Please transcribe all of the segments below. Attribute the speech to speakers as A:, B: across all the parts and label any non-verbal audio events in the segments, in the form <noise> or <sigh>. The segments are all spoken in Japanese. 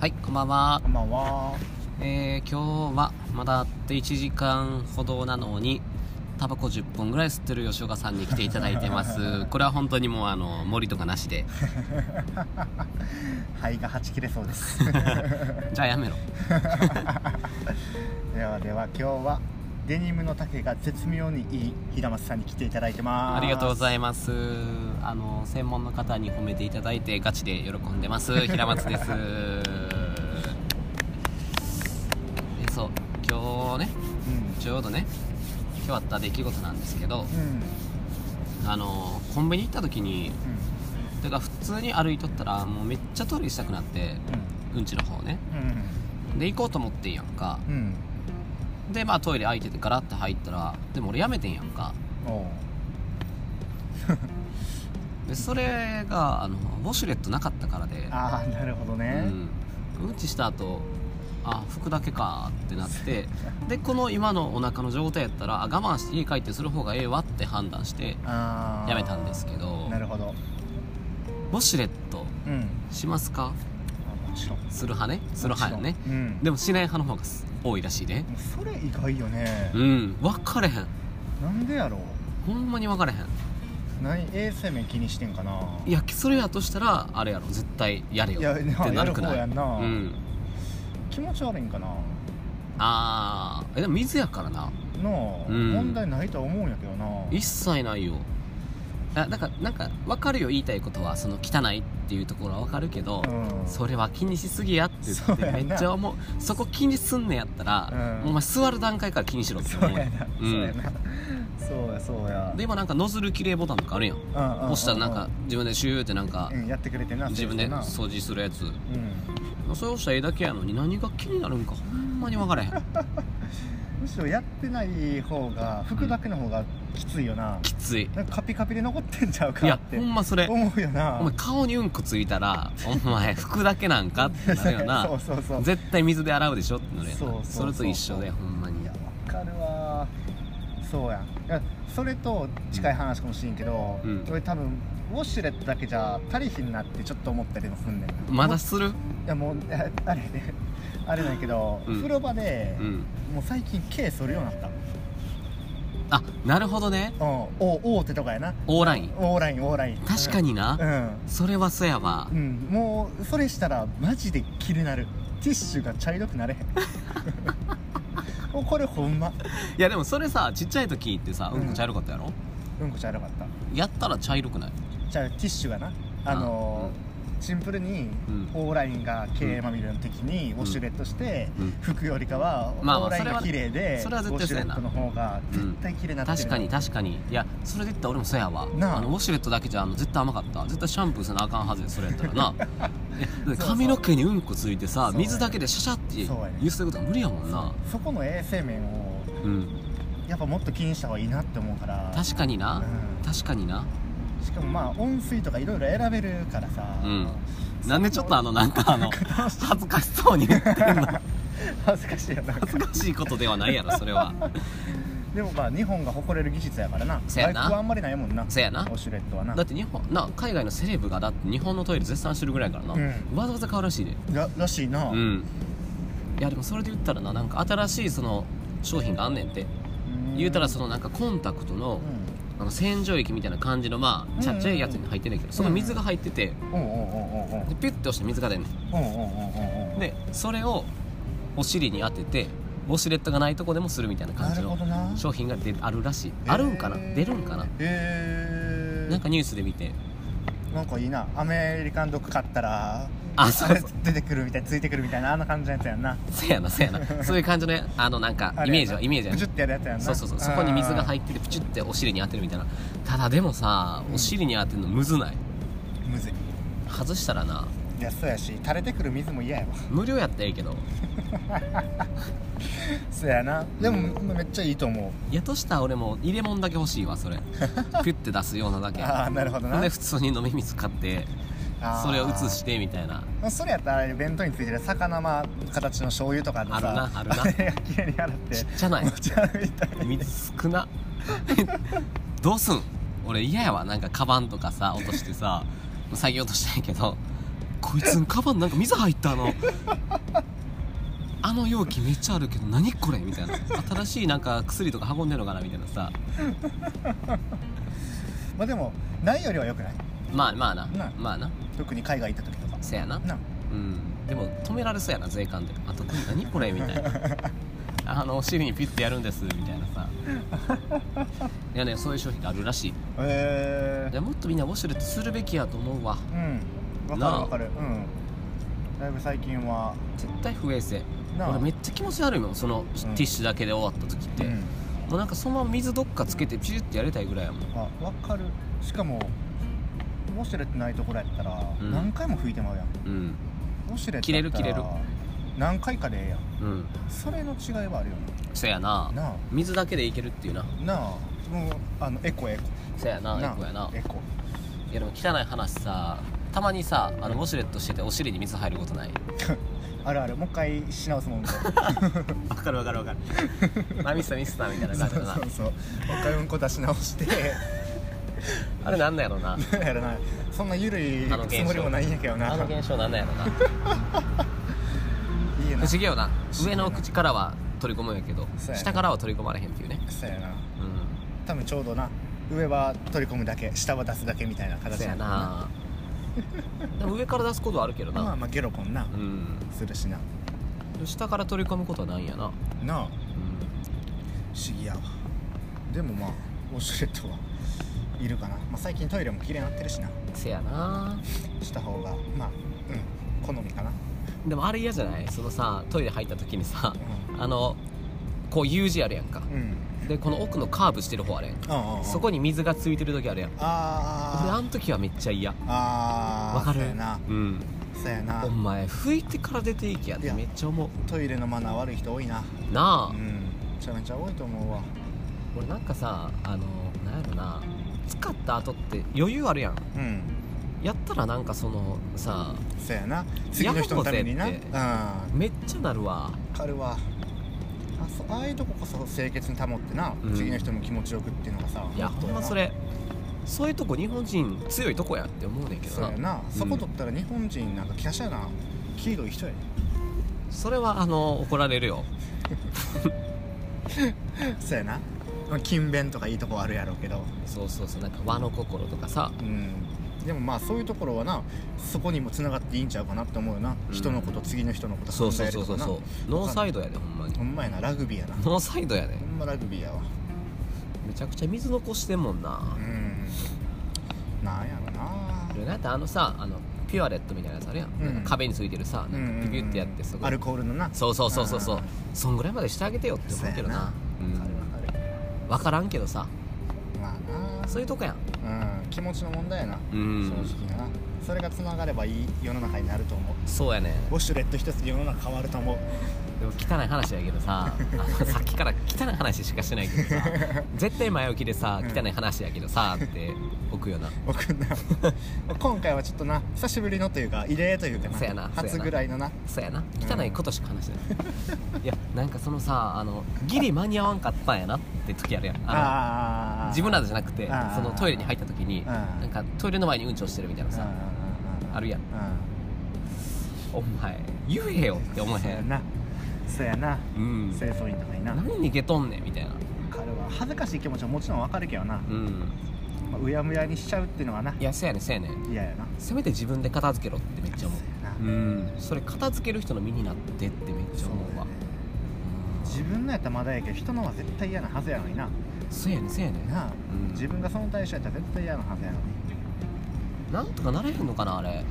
A: はい、こんばんは。
B: こんばんは。
A: えー、今日はまだあって1時間ほどなのに、タバコ10本ぐらい吸ってる吉岡さんに来ていただいてます。これは本当にもうあの、森とかなしで。
B: 肺がはち切れそうです。で
A: じゃあやめろ。
B: はでは今日はデニムの丈が絶妙にいい平松さんに来ていただいてます。
A: ありがとうご
B: い
A: ざいます。あの、専門の方に褒めていただいてガチで喜んでます。平松です。えそう、今日ね、ちょうどね、今日あった出来事なんですけど、
B: うん。うん。
A: あの、コンビニ行った時に、
B: うん。
A: だから普通に歩いとったらもうめっちゃトイレしたくなってうんちの方ねで行こうと思ってんやんか
B: うん。うん。
A: でまあトイレ空いててガラッて入ったらでも俺やめてんやんか
B: うん。おう。
A: でそれがあのウォシュレットなかったからで
B: ああ、なるほど
A: う
B: ね。
A: ん、うんちした後あ服だけかってなってでこの今のお腹の状態やったらあ我慢して家帰ってする方がええわって判断して
B: ああ。
A: やめたんですけど
B: なるほど。
A: ウォシュレット
B: うん。
A: しますか
B: あもちろん。
A: する派ねする派やね
B: もちろん。うん。
A: でもしない派の方が多いらしいで、ね
B: もそれ意外よね
A: う。ん分かれへん
B: なんでやろ
A: ほんまに分かれへん
B: う。何衛生面気にしてんかな。
A: いやそれやとしたらあれやろ絶対やれよ
B: いや
A: って
B: な
A: なるくない
B: やる方やんな
A: うん
B: 気持ち悪いんかな。
A: あーえでも水やからな
B: の、
A: うん
B: 問題ないとは思うんやけどな。
A: 一切ないよあだからなんか分かるよ言いたいことはその汚いっていうところは分かるけど、
B: うん。
A: それは気にしすぎやって言
B: そう
A: って
B: やな
A: めっちゃ思うそこ気にすんねやったら、
B: うん
A: お前座る段階から気にしろって
B: そう
A: 思う
B: やな、
A: うん
B: そうやなそうやそうや
A: で今なんかノズルきれいボタンとかあるやん
B: うんうんうんうん
A: 押したらなんか自分でシューってなんか
B: うんやってくれてんな
A: 自分で
B: 先生
A: 掃除するやつ
B: な
A: そうしたらええだけやのに何が気になるんかほんまに分からへん
B: うんむしろやってない方が服だけの方がきついよな
A: きつい
B: なんかカピカピで残ってんちゃう
A: い
B: か
A: や
B: っ
A: ほ
B: て
A: んまそれ
B: 思うよな
A: お前顔にうんこついたらお前
B: <laughs>
A: 服だけなんかってなるよ
B: そう
A: な
B: そうそう
A: 絶対水で洗うでしょってなるやん
B: そうそう
A: な
B: そう
A: それと一緒でほんま
B: い
A: に
B: やわかるわそうやんいやそれと近い話かもしれんけど、
A: うん
B: 俺多分ウォシュレットだけじゃ足りひんなってちょっと思ったりもすんねん
A: まだ
B: い
A: する
B: やもうああれねあれなんやけど、
A: うん
B: 風呂場で、
A: うん
B: もう最近毛剃るようになったう
A: あなるほどね
B: んお大手とかやな
A: オーライン
B: オーラインオーライン
A: 確かにな
B: うん、
A: それはそやわ
B: うん、もうそれしたらマジで気になるティッシュが茶色く
A: <laughs>
B: なれへんもうこれほんま
A: いやでもそれさちっちゃい時ってさうんこ茶色かったやろ
B: うんこ茶色かった
A: やったら茶色くない
B: じゃあティッシュがなあのーシンプルに
A: うん
B: オーラインが毛まみれの時にウォシュレットして
A: うん
B: 服よりかはオ
A: まあまあ
B: ーラインが綺麗でウ
A: それはそれは
B: ォ
A: 絶対そう
B: シュレ
A: や
B: ッ
A: な
B: トの方が絶対綺麗になってる
A: 確かに確かにいやそれで言ったら俺もそやわ
B: なあ
A: あのウォシュレットだけじゃあの絶対甘かった絶対シャンプーせなあかんはずやそれや
B: <laughs>
A: ったらないやだって髪の毛にうんこついてさ
B: そうそう
A: 水だけでシャシャって
B: そうやね
A: ゆすることは無理やもんな
B: そこの衛生面を
A: うん
B: やっぱもっと気にした方がいいなって思うから
A: 確かにな
B: う
A: 確かにな
B: しかもまあ温水とかいろいろ選べるからさ、
A: うんなんでちょっとあのなんかあ
B: <laughs>
A: の
B: 楽しい
A: 恥ずかしそうに言ってんの
B: 恥ずかしいよなんか
A: 恥ずかしいことではないやろそれは
B: でもまあ日本が誇れる技術やからな
A: せやな
B: 外国はあんまりないもんな
A: せやな
B: オシュレットはな
A: だって日本な海外のセレブがだって日本のトイレ絶賛してるぐらいからな、
B: うん
A: わざわざ買うらしいで
B: ららしいな、
A: う
B: うーん、
A: んいやでもそれで言ったらななんか新しいその商品があんねんって言うたらそのなんかコンタクトの,、あの洗浄液みたいな感じのまあちっちゃいやつに入ってんねんけど、その水が入ってて
B: うんうんうんうんうん
A: でピュッて押して水が出んねん
B: うんうんうんうんうん
A: でそれをお尻に当ててウォシュレットがないとこでもするみたいな感
B: な
A: じ
B: るほ
A: の
B: どな
A: 商品がであるらしい、
B: えー
A: あるんかな出るんかな
B: えー、
A: なんかニュースで見て
B: なんかいいなアメリカンドッグ買ったら
A: あそう
B: れ
A: そう
B: <laughs> 出てくるみたいついてくるみたいなあんな感じのやつやんな
A: せやなせやなそういう感じのやあのなんか
B: あれやな
A: イメージはイメージは
B: プチュってやるやつやんな
A: そうそうそうそこに水が入っててプチュってお尻に当てるみたいなただでもさお尻に当てるのむずない
B: てむずい
A: 外したらない
B: やそうやし垂れてくる水も嫌やわ
A: 無料やったらいいけど
B: そうやなでも、めっちゃいいと思
A: やとしたら俺も入れ物だけ欲しいわ
B: <laughs>
A: それピュッて出すようなだ
B: う
A: け
B: ああなるほど
A: ほん
B: な
A: で普通に飲み水買って
B: あー
A: それを移してみたいな
B: それやったらあれ弁当についてる魚ま形の醤油とかのさ
A: あるな
B: <laughs>
A: あるな
B: れが綺麗に洗って <laughs>
A: ちっちゃない
B: 持ち歩いたり
A: 水少な <laughs> どうすん俺嫌やわなんかカバンとかさ落としてさ最近落としたんやけどこいつのカバンなんか水入ったあのあの容器めっちゃあるけど何これみたいな新しいなんか薬とか運んでんのかなみたいなさ
B: まあでもないよりは良くない
A: まあまあな
B: な
A: まあな
B: 特に海外行った時とか
A: せやな
B: な
A: うんでも止められそうやな税関で「あとこれ何これ」みた
B: <laughs>
A: いな「あのお尻にピッてやるんです」みたいなさいやねそういう商品があるらしい
B: え
A: でもっとみんなウォシュレットするべきやと思うわ
B: ー、うん
A: なあ
B: わかるわかるうんだいぶ最近は
A: 絶対不衛生
B: なあ
A: 俺めっちゃ気持ち悪いもんそのティッシュだけで終わった時って、
B: うん
A: もうなんかそのまま水どっかつけてピュッてやりたいぐらいやもん
B: あわかるしかもウォシュレットないところやったら
A: うん
B: 何回も拭いてまうやん、
A: うん
B: ウォシュレット
A: 切れる
B: やったら
A: 切
B: 何回かでええやん
A: うん
B: それの違いはあるよ
A: そやな
B: なな
A: 水だけでいけるっていうな
B: あなあもうあのエコエコ
A: そやなエコやな
B: エコ
A: いやでも汚い話さたまにさあのウォシュレットしててお尻に水入ることない
B: あるあるもう一回し直
A: <laughs>
B: すもんでそう
A: わかるわかるわかるまあミスターミスターみたいな感じだな
B: そうそうもう一回うんこ出し直して <laughs>
A: あれなんなんやろな
B: やらないそんな緩い
A: あの現
B: つ
A: 象
B: もりもないんやけどな
A: あの現象なんなんやろな
B: いい
A: 不
B: な
A: 思議よな
B: 不思議
A: 上
B: やな
A: の口からは取り込むんやけど
B: そうやな
A: 下からは取り込まれへんっていうね
B: そうやな
A: う
B: 多分ちょうどな上は取り込むだけ下は出すだけみたいなん形
A: そやなでも上から出すことはあるけど
B: まあ
A: な
B: まあゲロコンな
A: うん
B: するしな
A: 下から取り込むことはないんやな
B: なあ
A: うん
B: 不思議やわでもまあウォシュレットはいるかな、まあ、最近トイレも綺麗になってるしな
A: せやな
B: した方がまあうん好みかな
A: でもあれ嫌じゃないそのさトイレ入った時にさ
B: う
A: あのこう U 字あるやんか
B: んうん
A: でこの奥のカーブしてる方あれやん
B: ああ
A: そこに水がついてる時あるやん俺あ
B: あ
A: ん時はめっちゃ嫌
B: あああ
A: わかる
B: そうやな
A: うん
B: そうやな
A: お前拭いてから出ていきやっ
B: い
A: て
B: や
A: めっちゃ思
B: トイレのマナー悪い人多いな
A: うなあ、
B: うんめちゃめちゃ多いと思うわ
A: 俺なんかさあのなんやろな使った後って余裕あるやん
B: うん
A: やったらなんかそのさ
B: そうやな次の人のためになう
A: やろう
B: ん
A: ぜって
B: わ
A: めっちゃなるわ
B: かるわあそうああいうとここそ清潔に保ってな、
A: うん
B: 次の人も気持ちよくっていうのがさ
A: いやほんまそれそういうとこ日本人強いとこやって思うねんけど
B: そう
A: な
B: やな、
A: ん
B: そこ取ったら日本人なんか華奢な黄色い人や
A: それはあの怒られるよ
B: でそうやな勤勉とかいいとこあるやろうけど
A: そうそうそうなんか和の心とかさ
B: うんでもまあそういうところはなそこにもつながっていいんちゃうかなって思うよな、
A: うん
B: 人のこと次の人のこと
A: そう
B: 考
A: そ
B: え
A: う
B: る
A: そう
B: と
A: そ
B: か
A: う
B: な
A: そうノーサイドやでほんまに
B: ほんまやなラグビーやなほ
A: ノーサイドやで
B: んまラグビーやわ
A: めちゃくちゃ水残してんもんな
B: うんなんやろな
A: 俺なんてあのさあのピュアレットみたいなやつあるやん、
B: うん
A: なんか壁についてるさなんかピュピュってやってそ
B: そ
A: こ
B: アルコールのな
A: そうそうそうそうそう
B: うん
A: そんぐらいまでしてあげてよって思うけどな
B: そうやなわかるわかる
A: うん、分からんけどさ
B: まあな
A: そういうとこやん
B: うん気持ちの問題やな、
A: うん
B: 正直なそれがつながればいい世の中になると思う
A: そうやね
B: ウォシュレット一つで世の中変わると思う
A: でも汚い話やけどさ
B: <laughs>
A: あのさっきから汚い話しかしてないけどさ絶対前置きでさ
B: うん
A: 汚い話やけどさって置くよな
B: 僕
A: <laughs>
B: な今回はちょっとな久しぶりのというか異例というか
A: そうやなそうやな
B: 初ぐらいのな
A: そうやな汚いことしか話してない、
B: <laughs>
A: いやなんかそのさあのギリ間に合わんかったんやなって時あるやんあの
B: あー
A: 自分らじゃなくて
B: あー
A: そのトイレに入った時に
B: ん
A: なんかトイレの前にうんちをしてるみたいな
B: うん
A: さ
B: うんうん
A: あるやん
B: う
A: お前言えよって思
B: ん
A: え
B: そう
A: へ
B: や
A: ん
B: なそうやな
A: うん
B: 清掃員とかにな
A: 何逃げとんねんみたいな
B: 彼は恥ずかしい気持ちももちろんわかるけどな、
A: うん
B: まあ、うやむやにしちゃうっていうのはない
A: やせやねんせやねん
B: 嫌やな
A: せめて自分で片付けろってめっちゃ思
B: そうやな
A: ううんそれ片付ける人の身になってってめっちゃ思うわ
B: 自分のやったらまだやけど人のは絶対嫌なはずやのにな
A: そうやねんせやねん
B: なあ、
A: うん
B: 自分がその対象やったら絶対嫌なはずやのに
A: なんとかなれへんのかなあれ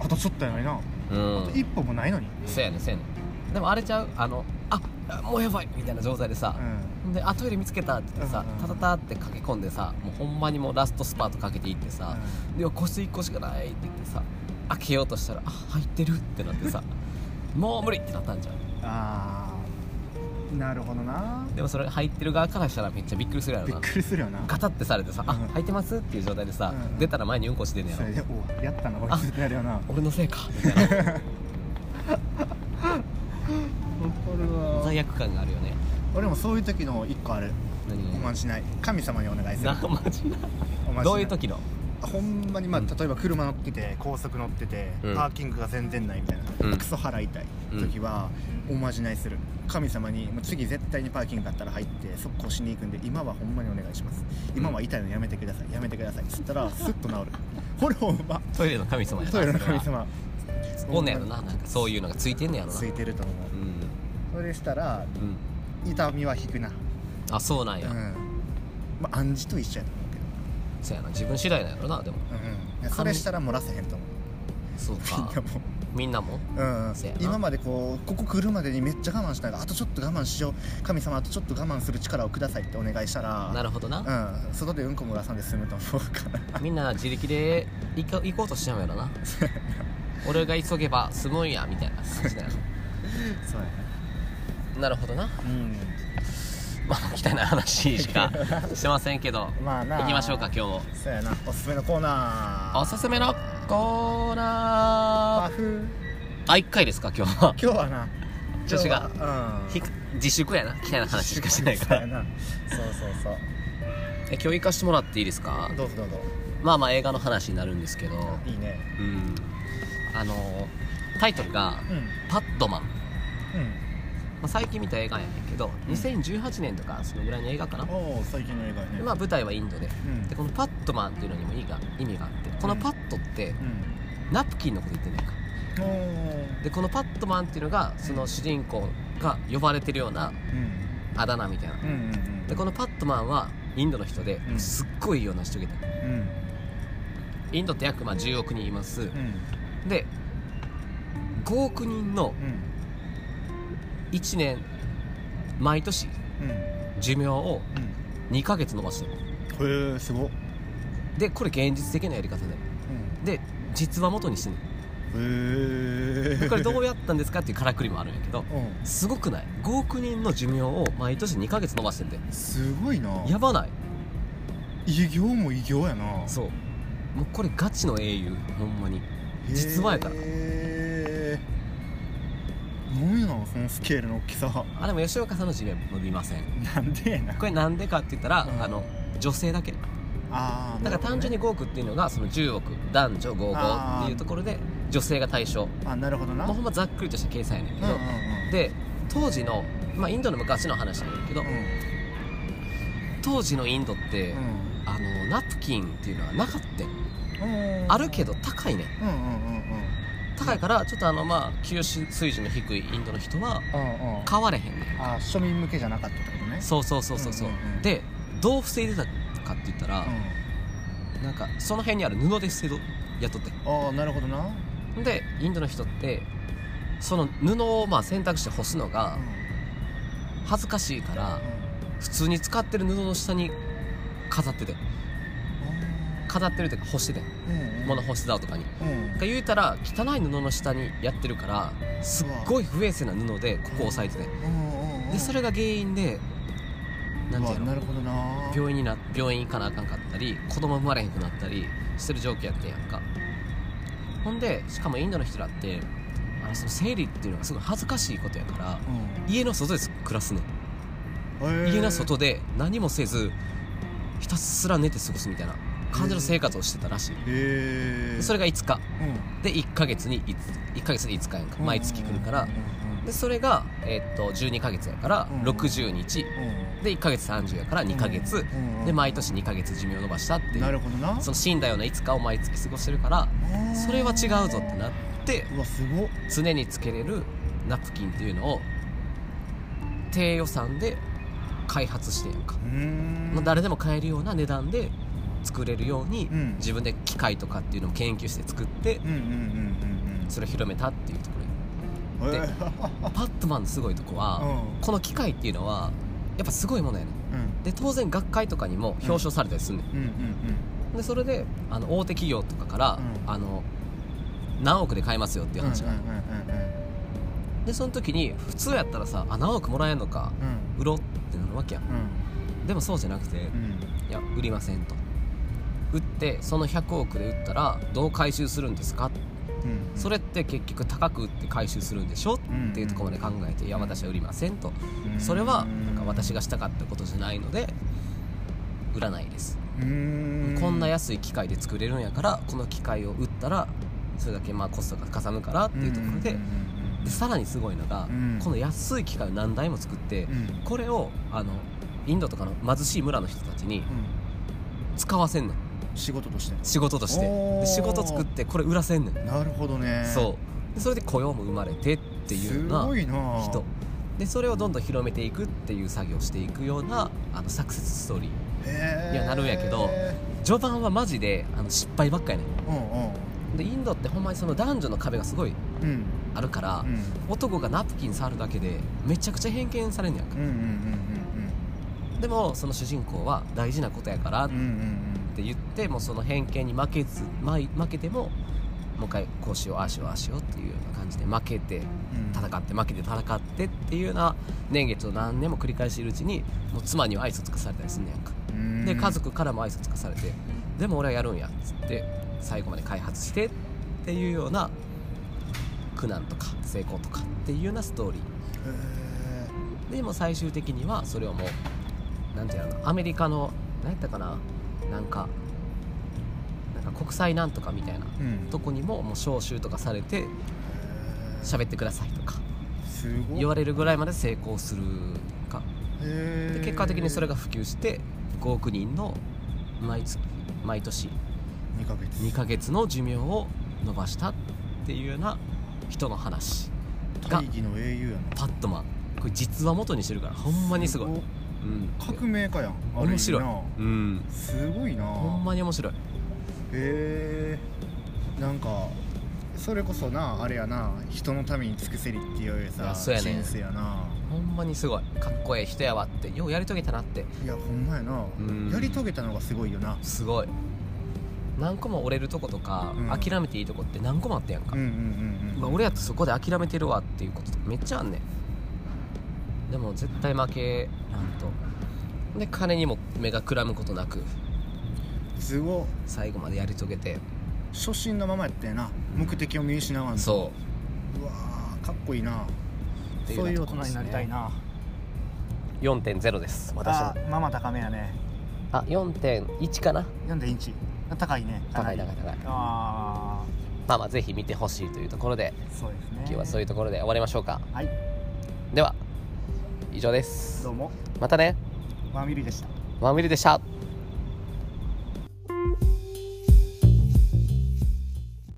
B: あとちょっとやのにな、
A: うん
B: 一歩もないのに
A: せやねんせやねんでもあれちゃうあのああもうやばいみたいな状態でさ
B: う
A: であトイレ見つけたって言ってさ
B: うんうん
A: タタタって駆け込んでさもうほんまにもうラストスパートかけていってさ、では個室1個しかないって言ってさ開けようとしたらあ入ってるってな
B: <laughs>
A: ってさもう無理ってなったんじゃん
B: ああなるほどな
A: でもそれ入ってる側からしたらめっちゃびっくりするやろ
B: びっ
A: な
B: くりするよな
A: ガタってされてさ「あ
B: うん
A: 入ってます?」っていう状態でさ、
B: うん
A: 出たら前にうんこしてんねや
B: そ
A: ろ
B: れでおやったなこいつってなるよな
A: 俺のせいかみたいな罪
B: 俺
A: 悪感があるよね
B: もそういう時の一個ある
A: 何
B: <laughs> おま
A: が
B: じない神様にお願いする
A: なマジな
B: おまじない
A: どういう時の
B: ほんまにまあ、
A: うん
B: 例えば車乗ってて高速乗ってて、
A: うん
B: パーキングが全然ないみたいな、
A: うん
B: クソ払いたい時は、おまじないする神様にもう次絶対にパーキングがあったら入って速攻しに行くんで今はほんまにお願いします今は痛いのやめてくださいやめてくださいっつったらスッと治るこれほんま
A: トイレの神様やな
B: トイレの神
A: それは
B: 様
A: おんねやろななんかそういうのがついてんねやろな
B: ついてると思う
A: うん
B: それしたら
A: うん
B: 痛みは引くな
A: あそうなん
B: う
A: や、
B: んまあ暗示と一緒やと思う
A: そうやな自分次第なんやろなでも
B: けど、うんいや、それしたら漏らせへんと思
A: そう
B: う
A: か
B: みんなもう
A: みんなも
B: うん
A: せやな
B: 今までこうここ来るまでにめっちゃ我慢しながらあとちょっと我慢しよう神様あとちょっと我慢する力をくださいってお願いしたら
A: なるほど <laughs> な、
B: うん、外でうんこ漏らさんで済むと思う
A: <laughs>
B: から
A: みんな自力で行こ行こうとしちゃうんやろ <laughs> な俺が急げばすごいやみたいな感じ <laughs> だよ
B: そうやね
A: なるほどな
B: う
A: まあみたいな話し <laughs> かしてませんけど
B: んまあな
A: 行きましょうか今日も
B: そうやなおすすめのコーナー
A: おすすめのコー
B: パ
A: ナー
B: フ
A: あ1回ですか今日は
B: 今日はな
A: 女子が
B: 今日はうん
A: ひ自粛やなみたいな話しかしてないか
B: そうや
A: ら
B: なそうそう
A: え今日行かしてもらっていいですか
B: そうどうぞどうぞ
A: まあまあ映画の話になるんですけど
B: いいね
A: うんあのタイトルが
B: うん
A: 「パッドマン」
B: う
A: まあ、最近見た映画やねんけど
B: うん
A: 2018年とかそのぐらいの映画かな、
B: んおお最近の映画やね
A: まあ、舞台はインドで
B: うん
A: でこのパッドマンっていうのにも意味が意味があってこのパッドってナプキンのこと言ってないか
B: うんおー
A: でこのパッドマンっていうのがその主人公が呼ばれてるような
B: うん
A: あだ名みたいな
B: うんうんうん
A: でこのパッドマンはインドの人で
B: うん
A: すっごいいい女し遂げた
B: うん
A: インドって約まあ10億人います
B: うん
A: で5億人の
B: うん
A: 1年毎年
B: うん
A: 寿命を2ヶ月延ばしてる
B: うんへえすごっ
A: でこれ現実的なやり方でで実話元にしてんの
B: うんへえ
A: これど
B: う
A: うやったんですかっていうからくりもあるんやけど
B: う
A: すごくない5億人の寿命を毎年2ヶ月延ばしてんで
B: んすごいな
A: やばない
B: 偉業も偉業やな
A: そうもうこれガチの英雄ほんまに
B: へー
A: 実話やから
B: へえなんやそのスケールの大きさ
A: あでも吉岡さんの寿命伸びません
B: なんでやな
A: これなんでかって言ったら、
B: うん
A: あの女性だけ
B: ああ
A: だから単純に5億っていうのがその10億男女55っていうところで女性が対象も
B: あなるほどな
A: うほんまざっくりとした計算やねんけど、で当時の、まあ、インドの昔の話なんだけど、
B: うんうん
A: 当時のインドって、
B: うん
A: あのナプキンっていうのはなかったん
B: うんうん
A: あるけど高いねん
B: うんうんうんうん
A: 高いからちょっとあのまあ給水準の低いインドの人は
B: うんうん
A: 買われへんね
B: あー庶民向けじゃなかったってことね
A: んそうそうそうそうそう,、
B: うんうんうん
A: でどう防いでたかって言ったら、なんかその辺にある布で捨てと雇って
B: うん、ああなるほどな、うん、
A: んでインドの人ってその布をまあ洗濯して干すのが恥ずかしいから普通に使ってる布の下に飾ってて飾ってるっていうか干してて
B: うん
A: 物干し竿とかに
B: うん
A: が言うたら汚い布の下にやってるからすっごい不衛生な布でここ押さえてて
B: うんうん
A: でそれが原因でなんていう
B: うわな
A: の
B: るほどな
A: 病院にな病院行かなあかんかったり子供生まれへんくなったりしてる状況やってんやんかほんでしかもインドの人らってあのその生理っていうのがすごい恥ずかしいことやから家の外で暮らすねん
B: うんへー
A: 家の外で何もせずひたすら寝て過ごすみたいな感じの生活をしてたらしい
B: へえ
A: でそれ
B: が、
A: が5日
B: うん
A: で1ヶ月に 1, 1ヶ月で5日やんか毎月来るから
B: うん
A: でそれが、えーっと12ヶ月やから
B: うん
A: 60日
B: うん
A: で1ヶ月30やから2ヶ月
B: うん
A: で毎年2ヶ月寿命を延ばしたってい
B: なる
A: う
B: ほどな
A: その死んだような5日を毎月過ごしてるから
B: あー
A: それは違うぞってなって
B: うわすごっ
A: 常につけれるナプキンっていうのを低予算で開発してんやんか
B: うーん
A: もう誰でも買えるような値段で作れるように
B: うん
A: 自分で機械とかっていうのを研究して作って
B: うんうんうん
A: それを広めたっていうところや
B: うんうん
A: で
B: へー
A: パットマンのすごいとこは、
B: うん
A: この機械っていうのはやっぱすごいものやね
B: うん
A: で当然学会とかにも表彰されたりするね、
B: うんうん
A: ん、でそれであの大手企業とかから、
B: うん
A: あの何億で買えますよっていう
B: うん
A: 話、
B: うんうんうん
A: でその時に普通やったらさあ何億もらえんのか売ろうってなるわけやん
B: うんうん
A: でもそうじゃなくて
B: うん
A: いや売りませんと売ってその100億で売ったらどう回収するんですか
B: うん
A: それって結局高く売って回収するんでしょっ
B: うん
A: ていうところまで考えていや私は売りませんと
B: うん
A: それはなんか私がしたかったことじゃないので売らないです
B: うー
A: こんな安い機械で作れるんやからこの機械を売ったらそれだけまあコストがかさむからっていうところで,、
B: うん
A: でさらにすごいのが、
B: うん
A: この安い機械を何台も作って、
B: うんうんうん
A: これをあのインドとかの貧しい村の人たちに使わせんねん
B: うん仕事として
A: 仕事として
B: おー
A: で仕事作ってこれ売らせんねん、
B: なるほどね
A: そうでそれで雇用も生まれてっていうよう
B: すご
A: ない
B: な
A: 人でそれをどんどん広めていくっていう作業をしていくようなあのサクセスストーリー
B: へー
A: いやなるんやけど序盤はマジであの失敗ばっかやね
B: うん
A: んでインドってほんまにその男女の壁がすごい
B: うんうん
A: あるから、
B: うん
A: 男がナプキン触るだけでめちゃくちゃ偏見されんねやんか
B: うんうんうん
A: でもその主人公は大事なことやからっ
B: うんうんうん
A: て言って、もうその偏見に負けずまい負けてももう一回こうしようああしようああしようっていうような感じで負けて
B: うん
A: 戦って負けて戦ってっていうような年月を何年も繰り返しているうちにもう妻には愛想尽かされたりすんねやんか
B: うん
A: で家族からも愛想尽かされてでも俺はやるんやっつって最後まで開発してっていうような苦難とか成功とかっていうようなストーリー
B: へ
A: でもう最終的にはそれをもうなんていうのアメリカの何やったかななんかなんか国際なんとかみたいな
B: ーうん
A: とこにももう招集とかされて
B: へー
A: 喋ってくださいとか
B: すごい
A: 言われるぐらいまで成功するか
B: へ
A: で
B: ー
A: 結果的にそれが普及して5億人の毎月毎年
B: 二ヶ月
A: 2ヶ月の寿命を伸ばしたっていうような人の話が
B: 大義の英雄やな
A: パットマンこれ実話元にしてるからほんまにすごい、うん、
B: 革命家やんある意
A: 面
B: 味
A: 白い
B: な
A: うん
B: すごいな
A: ほんまに面白い
B: へえなんかそれこそなあれやな人のために尽くせりっていう
A: い
B: さ
A: やそうやね
B: 人生やな
A: ほんまにすごいかっこええ人やわってようやり遂げたなって
B: いやほんまやな
A: うん
B: やり遂げたのがすごいよな
A: すごい何個も折れるとことか、
B: うん
A: 諦めていいとこって何個もあったやんか、
B: うんうんうん
A: まあ、俺やとそこで諦めてるわっていうこととかめっちゃあんねんでも絶対負けなんとで金にも目がくらむことなく
B: すごい
A: 最後までやり遂げて
B: 初心のままやったよな目的を見失わんと
A: そう
B: わーかっこいいな
A: うって
B: そういう
A: よ
B: 大
A: と
B: 人
A: こです
B: に
A: ね
B: なりたいな
A: 4.0です私の
B: ママ高めやね
A: あ4.1かな
B: 4.1高いね
A: 高い高い高い
B: あ
A: まあまあぜひ見てほしいというところで
B: あそうですね
A: 今日はそういうところで終わりましょうか
B: はい
A: では以上です
B: うも
A: またね
B: マミリでした
A: まみりでした